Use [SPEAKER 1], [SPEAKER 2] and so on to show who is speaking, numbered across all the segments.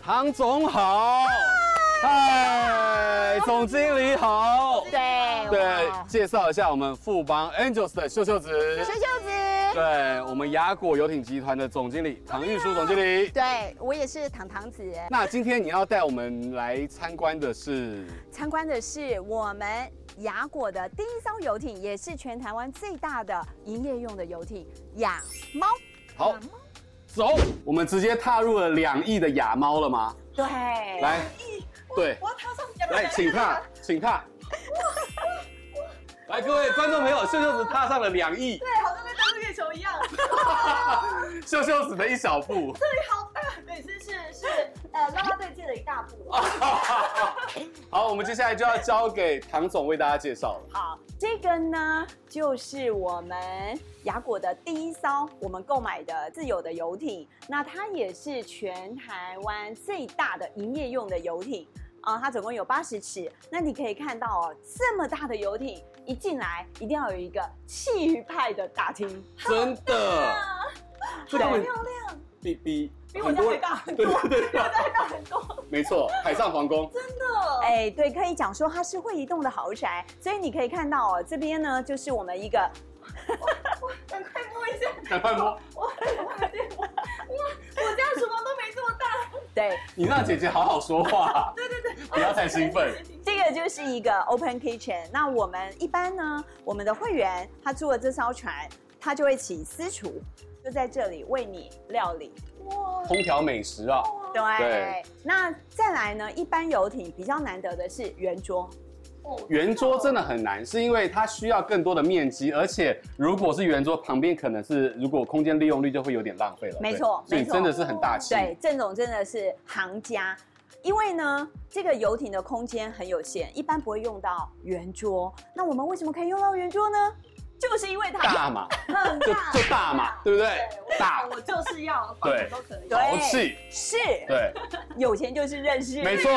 [SPEAKER 1] 唐总好，嗨，总经理好。
[SPEAKER 2] 对
[SPEAKER 1] 哎对
[SPEAKER 2] 哇，
[SPEAKER 1] 介绍一下我们富邦 Angels 的秀秀子
[SPEAKER 2] 秀，秀子，
[SPEAKER 1] 对我们雅果游艇集团的总经理唐玉书总经理。
[SPEAKER 2] 对我也是糖糖子。
[SPEAKER 1] 那今天你要带我们来参观的是，
[SPEAKER 2] 参观的是我们雅果的第一艘游艇，也是全台湾最大的营业用的游艇雅猫。
[SPEAKER 1] 好，走，我们直接踏入了两亿的亚猫了吗？
[SPEAKER 2] 对，
[SPEAKER 1] 来，对，
[SPEAKER 3] 我要踏上阳
[SPEAKER 1] 来，请踏，请 踏。来，各位观众朋友，秀秀子踏上了两亿，
[SPEAKER 3] 对，好像在登陆月球一样。
[SPEAKER 1] 秀秀子的一小步。
[SPEAKER 3] 这里好大，对，是是是，呃，拉拉队界的一大步。
[SPEAKER 1] 好，我们接下来就要交给唐总为大家介绍了。
[SPEAKER 2] 好，这个呢就是我们雅果的第一艘我们购买的自有的游艇，那它也是全台湾最大的营业用的游艇啊、它总共有八十尺。那你可以看到哦，这么大的游艇一进来一定要有一个气派的大厅，
[SPEAKER 1] 真的，这根本
[SPEAKER 3] 漂亮，
[SPEAKER 1] 比比
[SPEAKER 3] 比我
[SPEAKER 1] 很
[SPEAKER 3] 家
[SPEAKER 1] 多
[SPEAKER 3] 还大很
[SPEAKER 1] 对啊
[SPEAKER 3] 多，
[SPEAKER 1] 对对
[SPEAKER 3] 比我，家还大很多，
[SPEAKER 1] 没 错，海上皇宫，
[SPEAKER 3] 真的。哎，
[SPEAKER 2] 哎，对，可以讲说它是会移动的豪宅，所以你可以看到哦，这边呢就是我们一个
[SPEAKER 3] 赶快摸一下，
[SPEAKER 1] 赶快摸。
[SPEAKER 3] 我我有点摸，我我家的厨房都没这么大。
[SPEAKER 2] 对，
[SPEAKER 1] 你让姐姐好好说话，
[SPEAKER 3] 对对对，
[SPEAKER 1] 不要太兴奋。
[SPEAKER 2] 这个就是一个 open kitchen。那我们一般呢，我们的会员他坐了这艘船，他就会请私厨，就在这里为你料理。
[SPEAKER 3] 哇，
[SPEAKER 1] 空调美食啊，
[SPEAKER 2] 对，
[SPEAKER 1] 对
[SPEAKER 2] 那再来呢，一般游艇比较难得的是圆桌。
[SPEAKER 3] 哦
[SPEAKER 1] 圆桌真的很难，是因为它需要更多的面积，而且如果是圆桌旁边可能是如果空间利用率就会有点浪费了。
[SPEAKER 2] 没错
[SPEAKER 1] 对所以
[SPEAKER 2] 没错
[SPEAKER 1] 真的是很大气。
[SPEAKER 2] 对，郑总真的是行家。因为呢，这个游艇的空间很有限，一般不会用到圆桌。那我们为什么可以用到圆桌呢？就是因为它
[SPEAKER 1] 大嘛，
[SPEAKER 3] 很
[SPEAKER 1] 就
[SPEAKER 3] 大，
[SPEAKER 1] 就大嘛，对不对？
[SPEAKER 3] 对，
[SPEAKER 1] 大
[SPEAKER 3] 我就是要，房
[SPEAKER 1] 对
[SPEAKER 3] 子都可以。
[SPEAKER 2] 对
[SPEAKER 1] 豪气，
[SPEAKER 2] 是
[SPEAKER 1] 对，
[SPEAKER 2] 有钱就是任性，
[SPEAKER 1] 没错。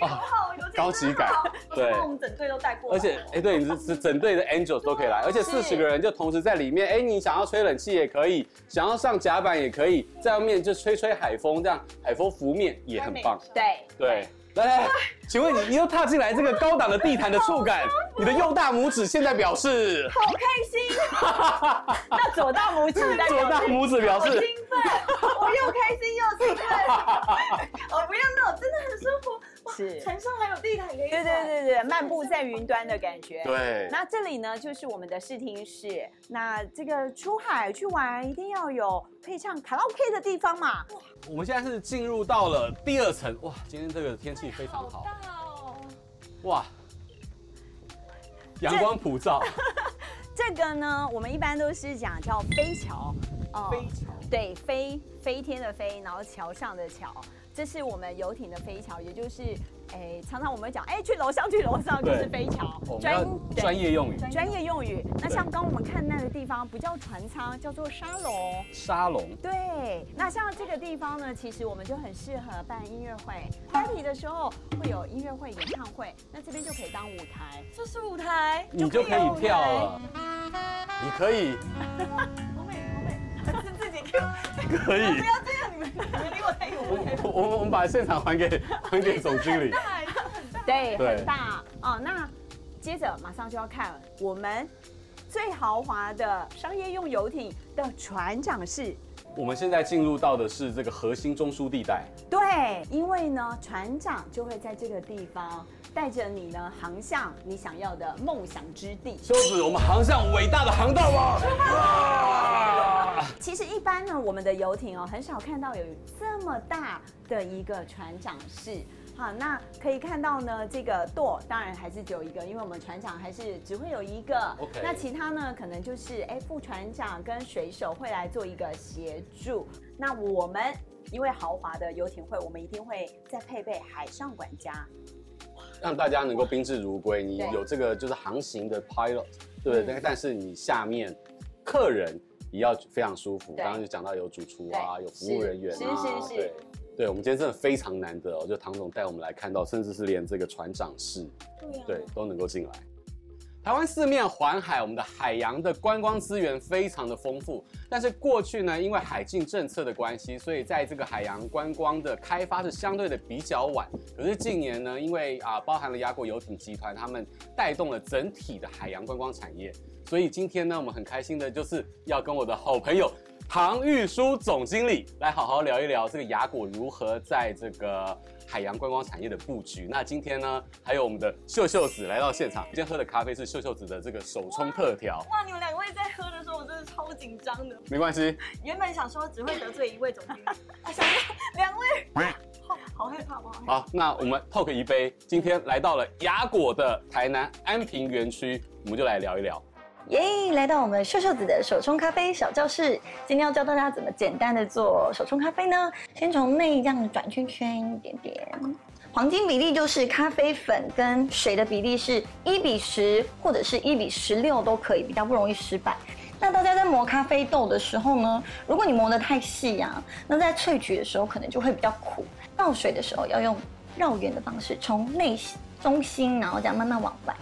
[SPEAKER 3] 好好，有点
[SPEAKER 1] 高级感
[SPEAKER 3] 好
[SPEAKER 1] 对
[SPEAKER 3] 我们整队都带过来
[SPEAKER 1] 而
[SPEAKER 3] 了。
[SPEAKER 1] 且，哎、对，你是是整队的 Angels 都可以来，而且四十个人就同时在里面。哎、你想要吹冷气也可以，想要上甲板也可以，在外面就吹吹海风，这样海风拂面也很棒。
[SPEAKER 2] 对
[SPEAKER 1] 对，来来，来请问你，你又踏进来这个高档的地毯的触感，你的右大拇指现在表示，
[SPEAKER 3] 好开心，
[SPEAKER 2] 那左大拇指 代
[SPEAKER 1] 左
[SPEAKER 2] 表
[SPEAKER 1] 大拇指表
[SPEAKER 3] 好兴
[SPEAKER 1] 示，
[SPEAKER 3] 奋，我又开心又兴奋，我不要闹，真的很舒服。哇
[SPEAKER 2] 是
[SPEAKER 3] 船上还有地毯可以
[SPEAKER 2] 对对对对，漫步在云端的感觉。。
[SPEAKER 1] 对，
[SPEAKER 2] 那这里呢，就是我们的视听室。那这个出海去玩，一定要有可以唱卡拉 OK 的地方嘛。
[SPEAKER 1] 我们现在是进入到了第二层，哇，今天这个天气非
[SPEAKER 3] 好
[SPEAKER 1] 常好，
[SPEAKER 3] 大哦，
[SPEAKER 1] 哇，阳光普照，
[SPEAKER 2] 这个呢，我们一般都是讲叫飞桥，哦、
[SPEAKER 1] 非常。
[SPEAKER 2] 对，飞飞天的飞，然后桥上的桥，这是我们游艇的飞桥，也就是，哎，常常我们讲，哎，去楼上去楼上就
[SPEAKER 1] 对
[SPEAKER 2] 是飞桥
[SPEAKER 1] 我，们要专业用语，
[SPEAKER 2] 对专业用语。那像刚我们看那个地方，不叫船舱，叫做沙龙。
[SPEAKER 1] 沙龙。
[SPEAKER 2] 对，那像这个地方呢，其实我们就很适合办音乐会，party 的时候会有音乐会、演唱会，那这边就可以当舞台。
[SPEAKER 3] 这是舞台，
[SPEAKER 1] 你就可以跳了，你可 以，
[SPEAKER 3] 好美好美，还是自己跳，
[SPEAKER 1] 可以
[SPEAKER 3] 不。要这样，你们你们离我太远，我太
[SPEAKER 1] 我我我们把现场还给 还给总经理。
[SPEAKER 3] 大，真的很大。
[SPEAKER 2] 对，
[SPEAKER 1] 对
[SPEAKER 2] 很大哦。那接着马上就要看我们最豪华的商业用游艇的船长室。
[SPEAKER 1] 我们现在进入到的是这个核心中枢地带，
[SPEAKER 2] 对，因为呢，船长就会在这个地方带着你呢，航向你想要的梦想之地。
[SPEAKER 1] 休止，我们航向伟大的航道 吧！哇
[SPEAKER 2] 其实一般呢，我们的游艇哦，很少看到有这么大的一个船长室。好，那可以看到呢，这个舵当然还是只有一个，因为我们船长还是只会有一个。
[SPEAKER 1] OK
[SPEAKER 2] 那其他呢，可能就是哎副船长跟水手会来做一个协助。那我们因为豪华的游艇会，我们一定会再配备海上管家。
[SPEAKER 1] 让大家能够宾至如归，你
[SPEAKER 2] 对嗯
[SPEAKER 1] 有这个就是航行的 pilot，对不对？但是你下面客人也要非常舒服。
[SPEAKER 2] 对
[SPEAKER 1] 刚刚就讲到有主厨啊，
[SPEAKER 2] 对
[SPEAKER 1] 有服务人员啊，
[SPEAKER 2] 是是是
[SPEAKER 1] 对。对，我们今天真的非常难得哦，就唐总带我们来看到，甚至是连这个船长室，
[SPEAKER 2] 嗯
[SPEAKER 3] 对啊
[SPEAKER 1] 对，都能够进来。台湾四面环海，我们的海洋的观光资源非常的丰富。但是过去呢，因为海禁政策的关系，所以在这个海洋观光的开发是相对的比较晚。可是近年呢，因为啊、包含了雅果游艇集团，他们带动了整体的海洋观光产业。所以今天呢，我们很开心的就是要跟我的好朋友唐玉书总经理来好好聊一聊这个雅果如何在这个海洋观光产业的布局。那今天呢，还有我们的秀秀子来到现场，今天喝的咖啡是秀秀子的这个手冲特调，
[SPEAKER 3] 哇，你们两位在喝的时候，我真的超紧张的。
[SPEAKER 1] 没关系，
[SPEAKER 3] 原本想说只会得罪一位总经 理，啊，想说两位，好好害怕，我好害怕。
[SPEAKER 1] 好，那我们 talk 一杯，今天来到了雅果的台南安平园区，我们就来聊一聊。
[SPEAKER 4] 耶来到我们秀秀子的手冲咖啡小教室，今天要教大家怎么简单的做手冲咖啡呢？先从内这样转圈圈一点点。黄金比例就是咖啡粉跟水的比例是一比十或者是一比十六都可以，比较不容易失败。那大家在磨咖啡豆的时候呢，如果你磨得太细啊，那在萃取的时候可能就会比较苦。倒水的时候要用绕圆的方式，从内中心，然后这样慢慢往外。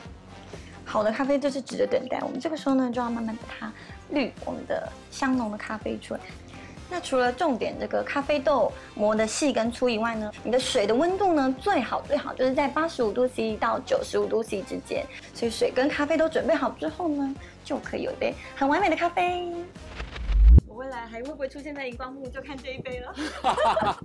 [SPEAKER 4] 好的咖啡就是值得等待。我们这个时候呢，就要慢慢把它滤我们的香浓的咖啡出来。那除了重点这个咖啡豆磨的细跟粗以外呢，你的水的温度呢最好最好就是在八十五度 C 到九十五度 C 之间。所以水跟咖啡都准备好之后呢，就可以有一杯很完美的咖啡。
[SPEAKER 3] 我未来还会不会出现在荧光幕，就看这一杯了。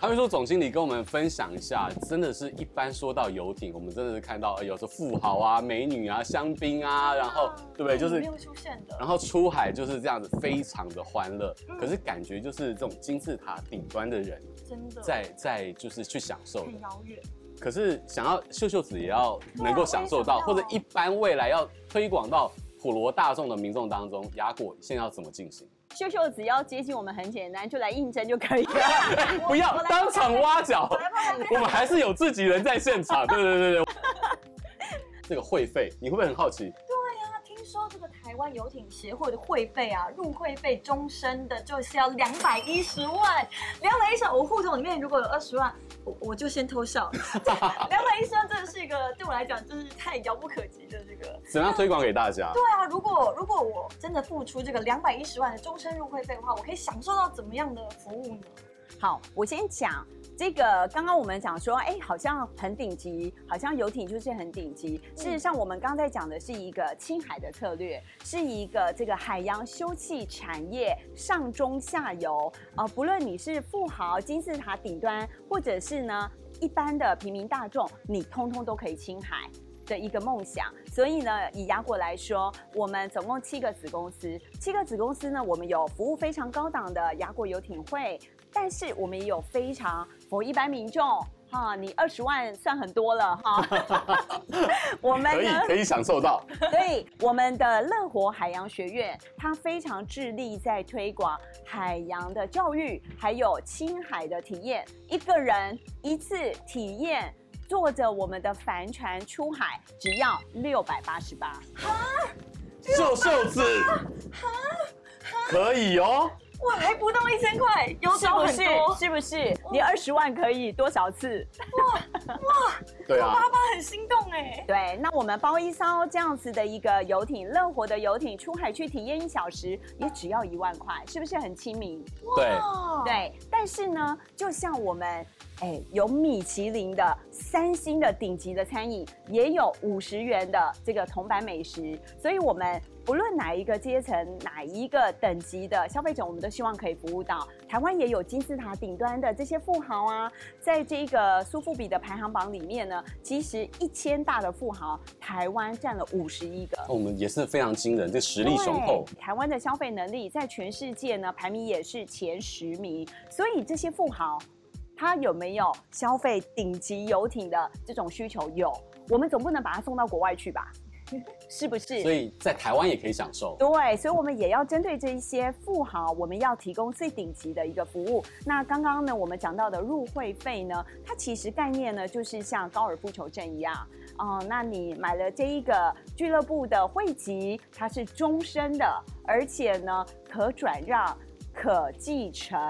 [SPEAKER 1] 他们说总经理跟我们分享一下，真的是一般说到游艇，我们真的是看到呃有时候富豪啊、美女啊、香槟啊， 然后对不对？就是
[SPEAKER 3] 哎嗯没有出现的。
[SPEAKER 1] 然后出海就是这样子，非常的欢乐。可是感觉就是这种金字塔顶端的人
[SPEAKER 3] 真的
[SPEAKER 1] 在在就是去享受的
[SPEAKER 3] 很遥远。
[SPEAKER 1] 可是想要秀秀子也要能够享受到，
[SPEAKER 3] 对啊
[SPEAKER 1] 或
[SPEAKER 3] 我也想要
[SPEAKER 1] 者一般未来要推广到普罗大众的民众当中，雅果现在要怎么进行？
[SPEAKER 2] 秀秀只要接近我们很简单，就来应征就可以了。
[SPEAKER 1] 不要当场挖角
[SPEAKER 3] 我来泡咖啡，
[SPEAKER 1] 我们还是有自己人在现场。对对对对。 这个会费，你会不会很好奇？
[SPEAKER 3] 那啊听说这个台湾游艇协会的会费啊，入会费终身的就是要两百一十万，两百一十万，我户头里面如果有二十万，我我就先偷 笑。两百一十万真的是一个对我来讲真是太遥不可及的这个。
[SPEAKER 1] 怎么样推广给大家？
[SPEAKER 3] 对啊，如果如果我真的付出这个两百一十万的终身入会费的话，我可以享受到怎么样的服务呢？
[SPEAKER 2] 好，我先讲这个。刚刚我们讲说，哎、好像很顶级，好像游艇就是很顶级。事实上，我们刚才讲的是一个青海的策略，是一个这个海洋休憩产业上中下游啊、呃不论你是富豪、金字塔顶端，或者是呢一般的平民大众，你通通都可以青海。的一个梦想。所以呢，以雅果来说，我们总共七个子公司，七个子公司呢，我们有服务非常高档的雅果游艇会，但是我们也有非常服务一般民众。哈，你二十万算很多了 哈。 我们
[SPEAKER 3] 啊
[SPEAKER 1] 可以
[SPEAKER 2] 呢，
[SPEAKER 1] 可以享受到。
[SPEAKER 2] 所以我们的乐活海洋学院，它非常致力在推广海洋的教育，还有青海的体验，一个人一次体验。坐着我们的帆船出海，只要六百八十八。
[SPEAKER 1] 秀秀子，可以哦。
[SPEAKER 3] 哇，还不到一千块，有
[SPEAKER 2] 是
[SPEAKER 3] 少
[SPEAKER 2] 不
[SPEAKER 3] 很
[SPEAKER 2] 是
[SPEAKER 3] 多？，
[SPEAKER 2] 是不是？你二十万可以多少次？
[SPEAKER 1] 对
[SPEAKER 3] 我
[SPEAKER 1] 啊，
[SPEAKER 3] 爸爸很心动哎。
[SPEAKER 2] 对，那我们包一艘这样子的一个游艇，乐活的游艇出海去体验一小时，也只要一万块，是不是很亲民？
[SPEAKER 1] 对，
[SPEAKER 3] 哦，
[SPEAKER 2] 对，但是呢，就像我们。哎，有米其林的三星的顶级的餐饮，也有五十元的这个铜板美食，所以我们不论哪一个阶层、哪一个等级的消费者，我们都希望可以服务到。啊台湾也有金字塔顶端的这些富豪啊，在这个苏富比的排行榜里面呢，其实一千大的富豪，台湾占了五十一个。
[SPEAKER 1] 哦我们也是非常惊人，这实力雄厚。
[SPEAKER 2] 对台湾的消费能力在全世界呢排名也是前十名，所以这些富豪他有没有消费顶级游艇的这种需求？有，我们总不能把他送到国外去吧？ 是不是？
[SPEAKER 1] 所以在台湾也可以享受。
[SPEAKER 2] 对，所以我们也要针对这一些富豪，我们要提供最顶级的一个服务。那刚刚呢，我们讲到的入会费呢，它其实概念呢，就是像高尔夫球证一样，哦、那你买了这一个俱乐部的会籍，它是终身的，而且呢可转让、可继承。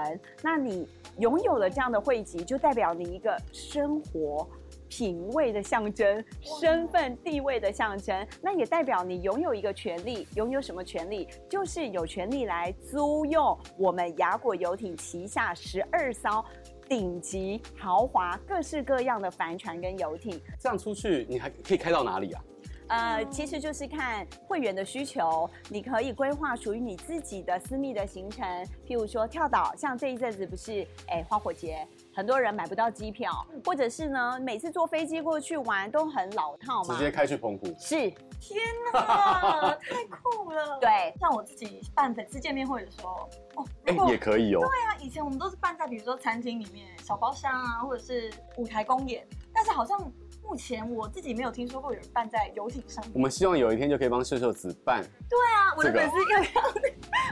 [SPEAKER 2] 那你拥有了这样的会籍，就代表你一个生活。品味的象征，身份地位的象征，那也代表你拥有一个权利。拥有什么权利？就是有权利来租用我们雅果游艇旗下十二艘顶级豪华、各式各样的帆船跟游艇。
[SPEAKER 1] 这样出去你还可以开到哪里啊？
[SPEAKER 2] 呃，其实就是看会员的需求，你可以规划属于你自己的私密的行程，譬如说跳岛，像这一阵子不是哎花火节，很多人买不到机票，或者是呢每次坐飞机过去玩都很老套嘛
[SPEAKER 1] 直，接开去澎湖。
[SPEAKER 3] 哦
[SPEAKER 2] 是
[SPEAKER 3] 天 哪，太酷了！
[SPEAKER 2] 对，
[SPEAKER 3] 像我自己办粉丝见面会的时候，哦，
[SPEAKER 1] 哎、
[SPEAKER 3] 如果
[SPEAKER 1] 也可以哦。
[SPEAKER 3] 对啊，以前我们都是办在比如说餐厅里面、小包厢啊，或者是舞台公演，但是好像目前我自己没有听说过有人办在游艇上面。
[SPEAKER 1] 我们希望有一天就可以帮秀秀子办，
[SPEAKER 3] 对啊，我的
[SPEAKER 1] 这个
[SPEAKER 3] 粉丝要不要？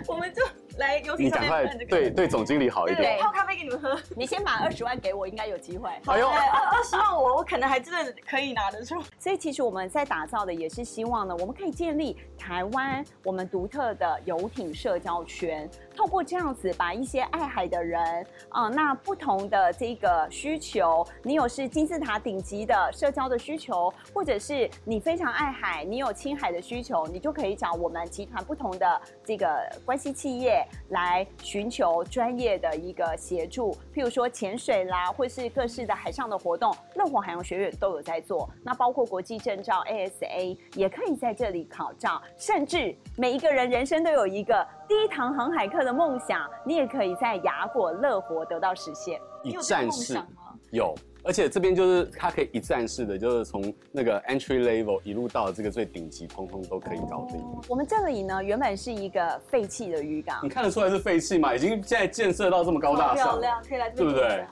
[SPEAKER 3] 我们就来游
[SPEAKER 1] 你
[SPEAKER 3] 艇上
[SPEAKER 1] 赶
[SPEAKER 3] 面
[SPEAKER 1] 快
[SPEAKER 3] 办这个。
[SPEAKER 1] 对对总经理好一点。
[SPEAKER 3] 对，泡咖啡给你们喝。
[SPEAKER 2] 你先把二十万给我，应该有机会。
[SPEAKER 1] 哎呦
[SPEAKER 3] 对，二二十万哦我我可能还真的可以拿得出。
[SPEAKER 2] 所以其实我们在打造的也是希望呢，我们可以建立台湾我们独特的游艇社交圈，透过这样子把一些爱海的人啊、呃那不同的这个需求，你有是金字塔顶级的社交的需求，或者是你非常爱海，你有亲海的需求，你就可以找我们集团不同的这个关系企业来寻求专业的一个协助，譬如说潜水啦，或是各式的海上的活动，乐活海洋学院都有在做。那包括国际证照 ASA 也可以在这里考照，甚至每一个人人生都有一个第一堂航海课的梦想，你也可以在雅果乐活得到实现。
[SPEAKER 1] 一
[SPEAKER 3] 你有这个
[SPEAKER 1] 站
[SPEAKER 3] 梦
[SPEAKER 1] 式
[SPEAKER 3] 想吗？
[SPEAKER 1] 有，而且这边就是它可以一站式的，就是从那个 entry level 一路到这个最顶级，通通都可以搞定。
[SPEAKER 2] 我们这里呢，原本是一个废弃的渔港
[SPEAKER 1] 你，看得出来是废弃嘛？已经现在建设到这么高
[SPEAKER 3] 好
[SPEAKER 1] 大
[SPEAKER 3] 漂
[SPEAKER 1] 上，
[SPEAKER 3] 亮，可以来这
[SPEAKER 1] 对
[SPEAKER 3] 边
[SPEAKER 1] 不对？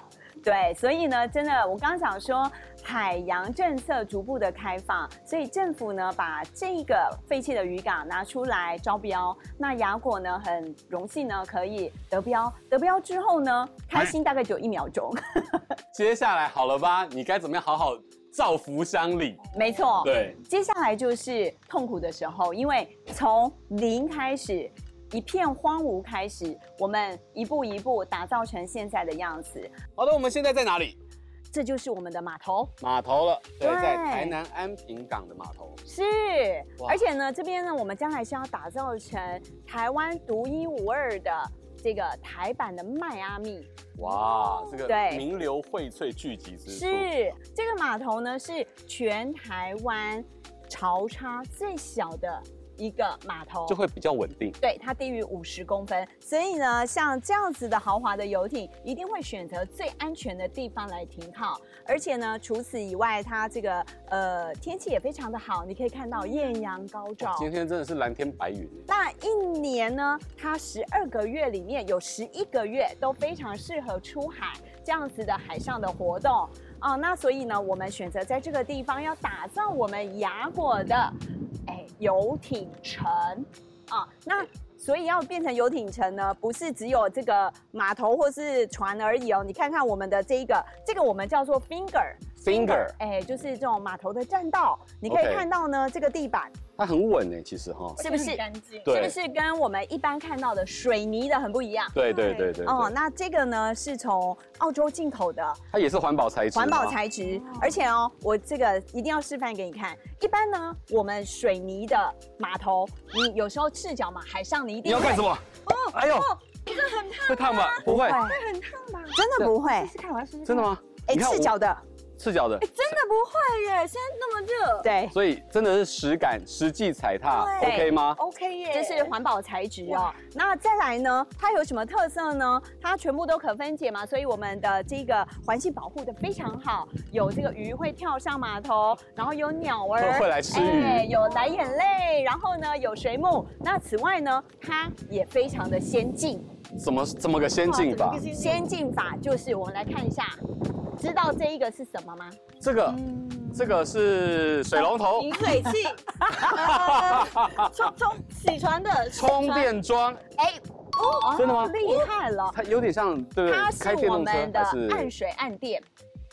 [SPEAKER 2] 对，所以呢，真的，我刚刚想说，海洋政策逐步的开放，所以政府呢把这个废弃的渔港拿出来招标。那雅果呢很荣幸呢可以得标，得标之后呢，开心
[SPEAKER 1] 哎
[SPEAKER 2] 大概只有一秒钟，
[SPEAKER 1] 接下来好了吧？你该怎么样好好造福乡里？
[SPEAKER 2] 没错。
[SPEAKER 1] 对，
[SPEAKER 2] 接下来就是痛苦的时候，因为从零开始，一片荒芜开始，我们一步一步打造成现在的样子。
[SPEAKER 1] 好的，我们现在在哪里？
[SPEAKER 2] 这就是我们的码头。
[SPEAKER 1] 码头了，对，
[SPEAKER 2] 对
[SPEAKER 1] 在台南安平港的码头。
[SPEAKER 2] 是，
[SPEAKER 1] 哇
[SPEAKER 2] 而且呢，这边呢，我们将来是要打造成台湾独一无二的这个台版的迈阿密。
[SPEAKER 1] 哇，这个
[SPEAKER 2] 对
[SPEAKER 1] 名流荟萃聚集之处，
[SPEAKER 2] 是，这个码头呢是全台湾潮差最小的一个码头，
[SPEAKER 1] 就会比较稳定。
[SPEAKER 2] 对，它低于五十公分，所以呢，像这样子的豪华的游艇，一定会选择最安全的地方来停靠。而且呢，除此以外，它这个呃天气也非常的好，你可以看到艳阳高照。
[SPEAKER 1] 今天真的是蓝天白云，
[SPEAKER 2] 那一年呢，它十二个月里面有十一个月都非常适合出海这样子的海上的活动啊、那所以呢，我们选择在这个地方要打造我们雅果的哎游艇城啊、那。所以要变成游艇城呢，不是只有这个码头或是船而已哦。你看看我们的这一个，这个我们叫做 finger
[SPEAKER 1] Finger
[SPEAKER 2] 哎，就是这种码头的栈道，你可以
[SPEAKER 1] OK
[SPEAKER 2] 看到呢这个地板
[SPEAKER 1] 它很稳哎，其实哈。
[SPEAKER 2] 是不
[SPEAKER 3] 而且
[SPEAKER 2] 是
[SPEAKER 3] 很？干净？
[SPEAKER 1] 对
[SPEAKER 2] 是不是跟我们一般看到的水泥的很不一样？
[SPEAKER 1] 对对
[SPEAKER 3] 对
[SPEAKER 1] 对对
[SPEAKER 2] 哦，
[SPEAKER 1] 对，
[SPEAKER 2] 那这个呢是从澳洲进口的
[SPEAKER 1] 它也是啊环保材质吗，
[SPEAKER 2] 环保材质，而且哦，我这个一定要示范给你看。一般呢，我们水泥的码头，你有时候赤脚嘛，海上你一
[SPEAKER 1] 你
[SPEAKER 2] 定
[SPEAKER 1] 要干什
[SPEAKER 2] 么？
[SPEAKER 1] 么？
[SPEAKER 2] 哦
[SPEAKER 1] 哎呦，会烫吧？不会，
[SPEAKER 2] 会很烫吧？真的不会？
[SPEAKER 3] 试看，我要试试
[SPEAKER 1] 真的吗？
[SPEAKER 2] 哎，
[SPEAKER 1] 你看我
[SPEAKER 2] 赤脚哎的，
[SPEAKER 1] 赤脚的，
[SPEAKER 3] 真的不会耶！现在那么
[SPEAKER 1] 呃
[SPEAKER 3] 热，
[SPEAKER 2] 对，
[SPEAKER 1] 所以真的是实感实际踩踏
[SPEAKER 3] 对
[SPEAKER 1] ，OK 吗？
[SPEAKER 3] ，OK 耶，
[SPEAKER 2] 这是环保材质哦
[SPEAKER 3] 哇。
[SPEAKER 2] 那再来呢，它有什么特色呢？它全部都可分解嘛，所以我们的这个环境保护的非常好，有这个鱼会跳上码头，然后有鸟儿
[SPEAKER 1] 会会来吃鱼
[SPEAKER 2] 哎有蓝眼泪，然后呢有水母。那此外呢，它也非常的先进。
[SPEAKER 1] 怎么怎么个先进
[SPEAKER 3] 哇
[SPEAKER 1] 法
[SPEAKER 3] 整个？先进
[SPEAKER 2] 先进法就是我们来看一下，知道这一个是什么吗？
[SPEAKER 1] 这个这个是水龙头、
[SPEAKER 2] 嗯
[SPEAKER 3] 饮水器， 呃冲冲洗船哎的
[SPEAKER 1] 充，电桩，
[SPEAKER 2] 哦
[SPEAKER 1] 真的吗
[SPEAKER 2] 厉害了。
[SPEAKER 1] 它有点像，对不
[SPEAKER 2] 它
[SPEAKER 1] 对？开
[SPEAKER 2] 是
[SPEAKER 1] 电
[SPEAKER 2] 我
[SPEAKER 1] 动车
[SPEAKER 2] 们的
[SPEAKER 1] 还是
[SPEAKER 2] 暗水暗电，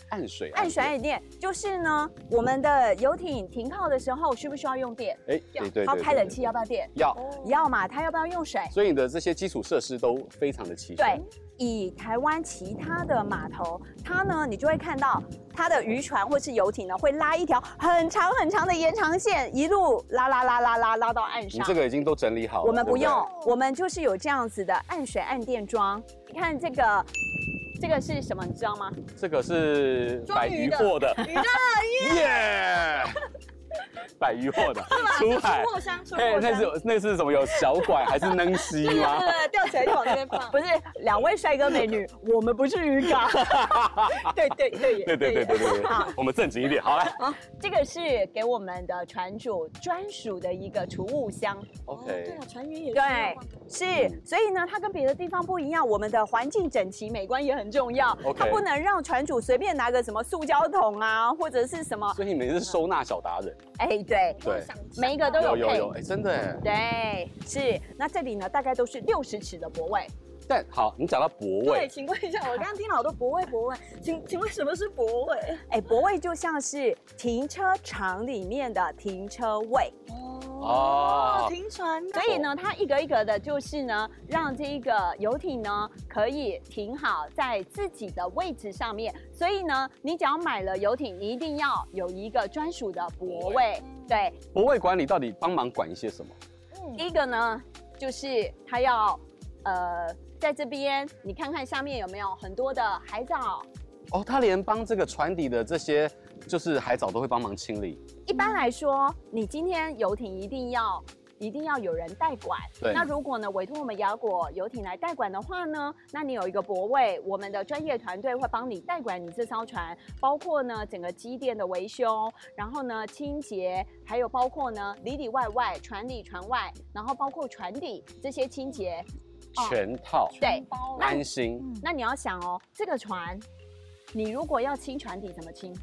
[SPEAKER 1] 暗水？
[SPEAKER 2] 暗水暗电就是呢，我们的游艇停靠的时候需不需要用电？
[SPEAKER 1] 哎，对对对，
[SPEAKER 2] 它
[SPEAKER 1] 对
[SPEAKER 2] 开冷
[SPEAKER 1] 对
[SPEAKER 2] 气要不要电？
[SPEAKER 1] 要，
[SPEAKER 2] 要嘛，它要不要用水？
[SPEAKER 1] 所以你的这些基础设施都非常的齐全
[SPEAKER 2] 对。，以台湾其他的码头，它呢，你就会看到它的渔船或是游艇呢，会拉一条很长很长的延长线，一路拉拉拉拉拉拉到岸
[SPEAKER 1] 你
[SPEAKER 2] 上
[SPEAKER 1] 这。个已经都整理好了，
[SPEAKER 2] 我们不
[SPEAKER 1] 对对
[SPEAKER 2] 用，我们就是有这样子的暗水暗电桩。你看这个，这个是什么？你知道吗？
[SPEAKER 1] 这个是摆鱼货的，
[SPEAKER 3] 鱼的
[SPEAKER 1] 耶，摆鱼货的，出
[SPEAKER 3] 出
[SPEAKER 1] 海。
[SPEAKER 3] 货箱，出货
[SPEAKER 1] 嘿，哎
[SPEAKER 3] 箱，
[SPEAKER 1] 那是那是什么？有小拐还是能吸吗？
[SPEAKER 3] 呃吊起来就往那边放。
[SPEAKER 2] 不是两位帅哥美 女，我们不是渔港。 对对 对耶
[SPEAKER 1] 对对对对对对
[SPEAKER 2] 好，
[SPEAKER 1] 我们正经一点，好来
[SPEAKER 2] 这个是给我们的船主专属的一个储物箱，
[SPEAKER 3] 哦对
[SPEAKER 1] ，OK
[SPEAKER 3] 了，。船员也
[SPEAKER 2] 对
[SPEAKER 3] 需要吗
[SPEAKER 2] 是，所以呢，它跟别的地方不一样，我们的环境整齐美观也很重要
[SPEAKER 1] OK
[SPEAKER 2] 它不能让船主随便拿个什么塑胶桶啊，或者是什么，
[SPEAKER 1] 所以你们是收纳小达人，
[SPEAKER 2] 哎，对，
[SPEAKER 1] 对
[SPEAKER 3] 想象
[SPEAKER 2] 每一个都
[SPEAKER 1] 有
[SPEAKER 2] 有
[SPEAKER 1] 有
[SPEAKER 2] 配
[SPEAKER 1] 有，哎，真的哎。
[SPEAKER 2] 对，是。那这里呢，大概都是六十尺的泊位，
[SPEAKER 1] 但好，你讲到泊
[SPEAKER 3] 对，
[SPEAKER 1] 位，
[SPEAKER 3] 请问一下，我刚刚听了好多哦泊位，泊位，请请问什么是泊位？
[SPEAKER 2] 哎，泊位就像是停车场里面的停车位，
[SPEAKER 1] 哦
[SPEAKER 3] 停船的
[SPEAKER 2] 所以呢，它一格一格的，就是呢，让这一个游艇呢可以停好在自己的位置上面。所以呢，你只要买了游艇，你一定要有一个专属的泊位。对，
[SPEAKER 1] 泊位管理到底帮忙管一些什么？
[SPEAKER 2] 第一个呢，就是它要，呃，在这边你看看下面有没有很多的海藻。
[SPEAKER 1] 哦，他连帮这个船底的这些就是海藻都会帮忙清理，
[SPEAKER 2] 一般来说，你今天游艇一定要一定要有人代管。
[SPEAKER 1] 对
[SPEAKER 2] 那如果呢委托我们雅果游艇来代管的话呢，那你有一个泊位，我们的专业团队会帮你代管你这艘船，包括呢整个机电的维修，然后呢清洁，还有包括呢里里外外船里船外，然后包括船底这些清洁。哦
[SPEAKER 1] 全套
[SPEAKER 2] 对，
[SPEAKER 3] 嗯包
[SPEAKER 2] 那
[SPEAKER 1] 安心
[SPEAKER 2] 那你要想哦，这个船，你如果要清船底怎么清？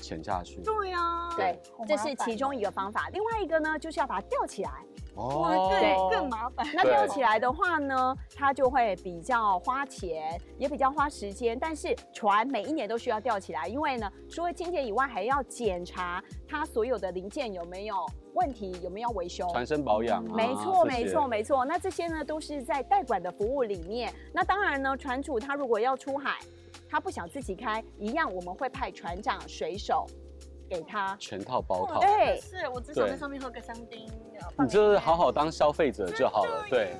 [SPEAKER 1] 潜下去。
[SPEAKER 3] 对啊，
[SPEAKER 2] 对，这是其中
[SPEAKER 3] 一
[SPEAKER 2] 一个方法。另外一个呢，就是要把它吊起来。
[SPEAKER 3] 哇，更
[SPEAKER 1] 对
[SPEAKER 3] 更麻烦。
[SPEAKER 2] 那
[SPEAKER 1] 哦对
[SPEAKER 2] 吊起来的话呢，它就会比较花钱，也比较花时间。但是船每一年都需要吊起来，因为呢，除了清洁以外，还要检查它所有的零件有没有问题，有没有维修。
[SPEAKER 1] 船身保养啊，
[SPEAKER 2] 没错，
[SPEAKER 1] 这些
[SPEAKER 2] 没错，。没错。那这些呢，都是在代管的服务里面。那当然呢，船主他如果要出海，他不想自己开，一样我们会派船长、水手给他。
[SPEAKER 1] 全套包套，
[SPEAKER 3] 哎
[SPEAKER 2] 对
[SPEAKER 3] 是我只想
[SPEAKER 1] 对
[SPEAKER 3] 在上面喝个香槟。
[SPEAKER 1] 你就是好好当消费者就好了。对，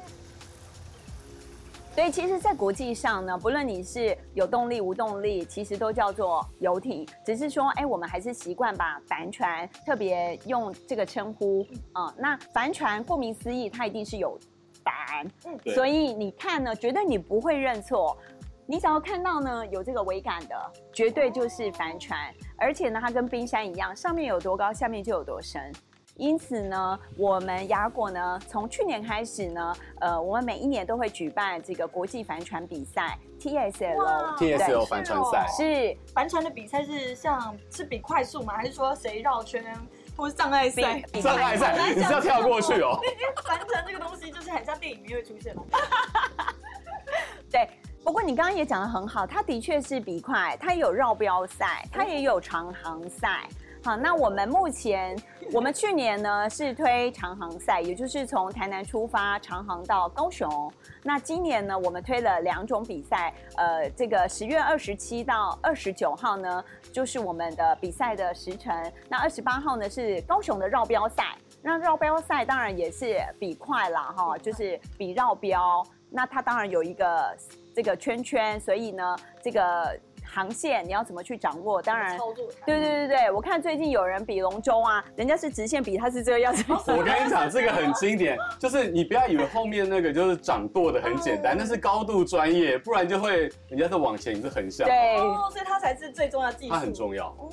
[SPEAKER 2] 所以其实，在国际上呢，不论你是有动力无动力，其实都叫做游艇，只是说，哎，我们还是习惯把帆船特别用这个称呼啊、那帆船顾名思义，它一定是有帆，
[SPEAKER 1] 对
[SPEAKER 2] 所以你看呢，绝对你不会认错。你只要看到呢有这个桅杆的，绝对就是帆船，而且呢，它跟冰山一样，上面有多高，下面就有多深。因此呢，我们雅果呢，从去年开始呢，呃，我们每一年都会举办这个国际帆船比赛 TSL，
[SPEAKER 3] 哇哦
[SPEAKER 1] TSL
[SPEAKER 2] 对
[SPEAKER 1] 帆船赛
[SPEAKER 2] 是
[SPEAKER 3] 帆船的比赛是像是比快速吗？还是说谁绕圈，或是障碍赛？
[SPEAKER 2] 比
[SPEAKER 1] 上海赛，你是要跳过去 哦。
[SPEAKER 3] 因为帆船这个东西就是很像电影里面会出现嘛。
[SPEAKER 2] 对。不过你刚刚也讲的很好，它的确是比快，它也有绕标赛，它也有长航赛。好，那我们目前，我们去年呢是推长航赛，也就是从台南出发，长航到高雄。那今年呢，我们推了两种比赛，呃，这个十月二十七到二十九号呢，就是我们的比赛的时程。那二十八号呢是高雄的绕标赛，那绕标赛当然也是比快啦，哈，就是比绕标。那它当然有一个这个圈圈，所以呢，这个航线你要怎么去掌握？当然。
[SPEAKER 3] 操作台
[SPEAKER 2] 对对对对，我看最近有人比龙舟啊，人家是直线比，他是这个样子。
[SPEAKER 1] 我跟你讲，这个很经典，就是你不要以为后面那个就是掌舵的很简单，那是高度专业，不然就会人家是往前，你是横向，
[SPEAKER 2] 对，
[SPEAKER 3] 哦，所以它才是最重要的技术。
[SPEAKER 1] 它很重要。
[SPEAKER 3] 哦，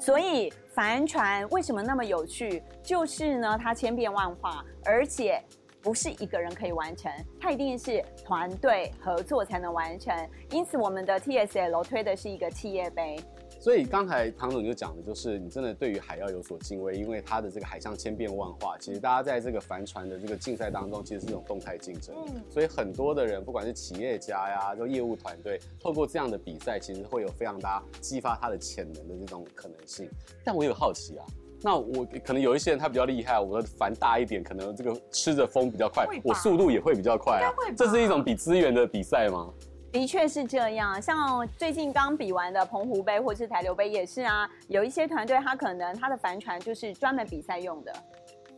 [SPEAKER 2] 所以帆船为什么那么有趣？就是呢，它千变万化，而且不是一个人可以完成，它一定是团队合作才能完成。因此，我们的 TSL 推的是一个企业杯。
[SPEAKER 1] 所以刚才唐总就讲的，就是你真的对于海要有所敬畏，因为它的这个海象千变万化。其实大家在这个帆船的这个竞赛当中，其实是一种动态竞争。
[SPEAKER 3] 嗯
[SPEAKER 1] 所以很多的人，不管是企业家呀，就业务团队，透过这样的比赛，其实会有非常大激发他的潜能的这种可能性。但我有好奇啊，那我可能有一些人他比较厉害，我的帆大一点，可能这个吃着风比较快
[SPEAKER 3] 会吧，
[SPEAKER 1] 我速度也会比较快啊
[SPEAKER 3] 应该会吧。
[SPEAKER 1] 这是一种比资源的比赛吗？
[SPEAKER 2] 的确是这样，像最近刚比完的澎湖杯或是台流杯也是啊，有一些团队他可能他的帆船就是专门比赛用的，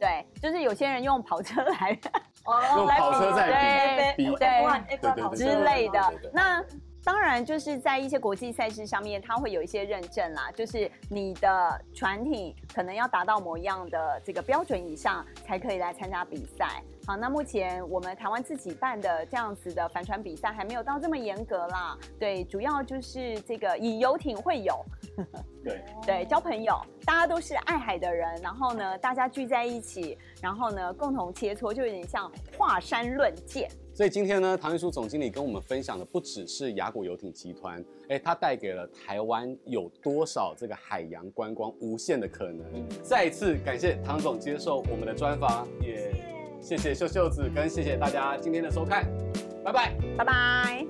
[SPEAKER 2] 对，就是有些人用跑车 来
[SPEAKER 3] 哦
[SPEAKER 1] 用跑车在比
[SPEAKER 3] 对
[SPEAKER 1] 比哎
[SPEAKER 2] 对
[SPEAKER 1] 对
[SPEAKER 2] 之
[SPEAKER 1] 对对
[SPEAKER 2] 类的
[SPEAKER 1] 对对对。
[SPEAKER 2] 那当然就是在一些国际赛事上面，它会有一些认证啦，就是你的船体可能要达到某一样的这个标准以上，才可以来参加比赛。好，那目前我们台湾自己办的这样子的帆船比赛还没有到这么严格啦。对，主要就是这个以游艇会友，
[SPEAKER 1] 对，
[SPEAKER 2] 对，交朋友，大家都是爱海的人，然后呢，大家聚在一起，然后呢，共同切磋，就有点像华山论剑。
[SPEAKER 1] 所以今天呢，唐玉书总经理跟我们分享的不只是雅果游艇集团，哎，它带给了台湾有多少这个海洋观光无限的可能。再一次感谢唐总接受我们的专访，也谢谢秀秀子跟谢谢大家今天的收看，拜拜。
[SPEAKER 2] 拜拜。